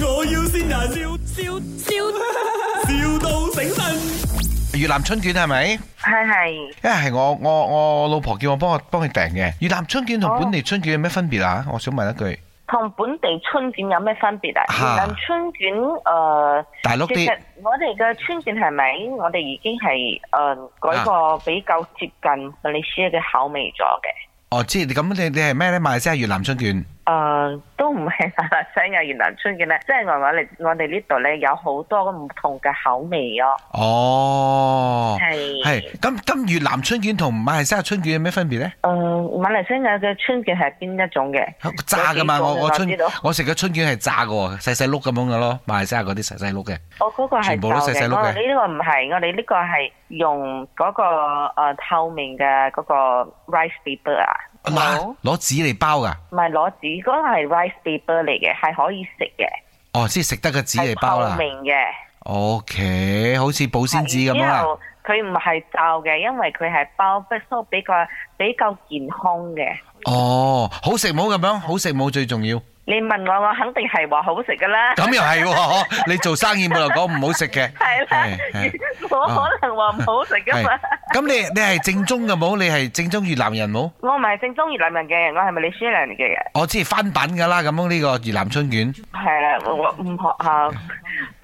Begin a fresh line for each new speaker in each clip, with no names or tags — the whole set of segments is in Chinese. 要先人，笑笑笑，,笑到醒神。
越南春卷係咪？
系系，
因為係我我我老婆叫我幫我幫佢訂嘅。越南春卷同
哦
本地春卷有咩分別啊？我想問一句，
同本地春卷有咩分別啊？
啊
越南春卷誒，呃
大陸
其
啲
實我哋嘅春卷係咪我哋已經係誒改
啊
個比較接近馬來西亞嘅口味咗嘅？
哦，知你咁你你係咩咧？賣先係越南春卷。
誒、呃都唔係馬來西亞越南春卷咧，啊即係我我哋我哋呢度咧有好多唔同嘅口味咯，
哦，
係
係咁咁越南春卷同馬來西亞春卷有咩分別咧？
誒、呃馬來西亞嘅春卷係邊一種嘅？
炸噶嘛，
有
我
幾種嘅
我
我
春
知道
我食嘅春卷係炸嘅喎，細細碌咁樣嘅咯，馬來西亞嗰啲細細碌嘅。
我嗰個係
全部都
瘦
細細
嘅，
碌嘅
我哋呢個唔係，我哋呢個係用嗰、個、呃、透明嘅嗰個 rice paper 啊，好
嗱，攞紙嚟包噶，
唔係攞紙，嗰、個係 rice paper 嚟嘅，係可以食嘅，
哦，即係食得嘅紙
係
嚟包啦
透。明嘅，
O K，好似保鮮紙咁啊樣
然
啦
之。後佢唔係罩嘅，因為佢係包，不過比較比較健康嘅。
哦，好食冇咁樣，好食冇最重要。
你問我，我肯定係話好食噶啦，
咁又 係喎，嗬你做生意冇人講唔好食嘅。
係啦啊
係係，
我可能話唔好食噶嘛。
咁你你啊係正宗嘅冇？你係正宗越南人冇？
我唔係正宗越南人嘅，我係咪你斯人嘅人？
我知係翻版㗎啦，咁樣呢個越南春卷。
系啦，我我唔學校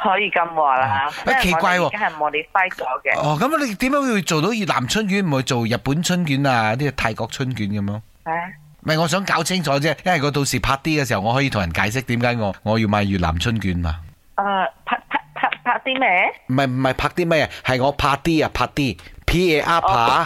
可以咁話啦，
啊
因為
奇
我
怪喎
哋而家係 modify 咗嘅，
哦，咁你點解會做到越南春卷，唔會做日本春卷啊？啲泰國春卷咁樣？
啊
唔係，我想搞清楚啫，因為我到時拍啲嘅時候，我可以同人解釋點解我我要買越南春卷嘛。
誒拍拍拍拍啲咩？
唔係唔係拍啲咩，係我拍啲啊，拍啲 P A R 拍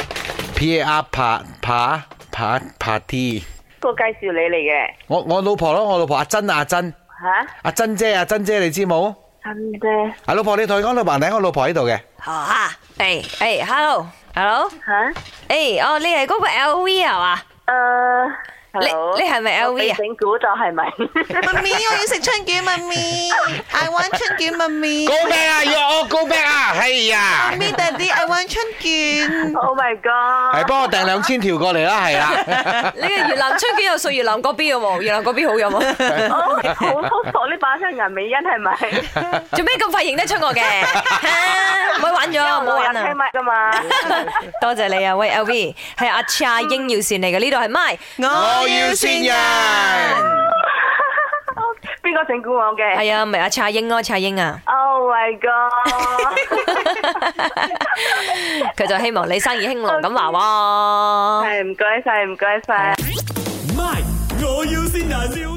P A R 拍拍拍拍啲。
個介紹你嚟嘅
我我老婆咯，我老婆阿珍啊阿珍，
吓，
阿珍姐啊珍姐，你知冇？
真啫
啊老婆，你同佢講老闆睇，我老婆喺度嘅。
啊，诶诶，hello，hello，
吓
诶，哦，你係嗰個 LV 系嘛？
誒，hello？
你你係咪 LV 啊
我被整蠱咗 係咪？
妈咪，我要食春卷，妈咪，I want 春卷，妈咪
Go back 啊，要我 go back 啊，係
妈
啊，
咪大啲，I want 春卷。
Oh
係
my god！
幫我訂兩千條過嚟啦，係 啦。
你嘅越南春卷又屬越南嗰邊嘅喎，越南嗰邊好飲啊！
我好好熟呢把聲人美欣係咪？
做咩咁快認得出我嘅？啊唔好玩咗，唔好
我有
玩
聽
啊！
乜 噶嘛？
多謝你啊，喂 LV，係阿cha à, 英要線嚟嘅，呢度係 my，
我要先人。
邊個整蠱我嘅
係啊，咪阿 ờ, à, cha 英咯，cha à? 英啊，
？Oh my god！
佢就希望你生意興隆咁話喎。
係唔該晒，唔該晒。
My，我要先人，笑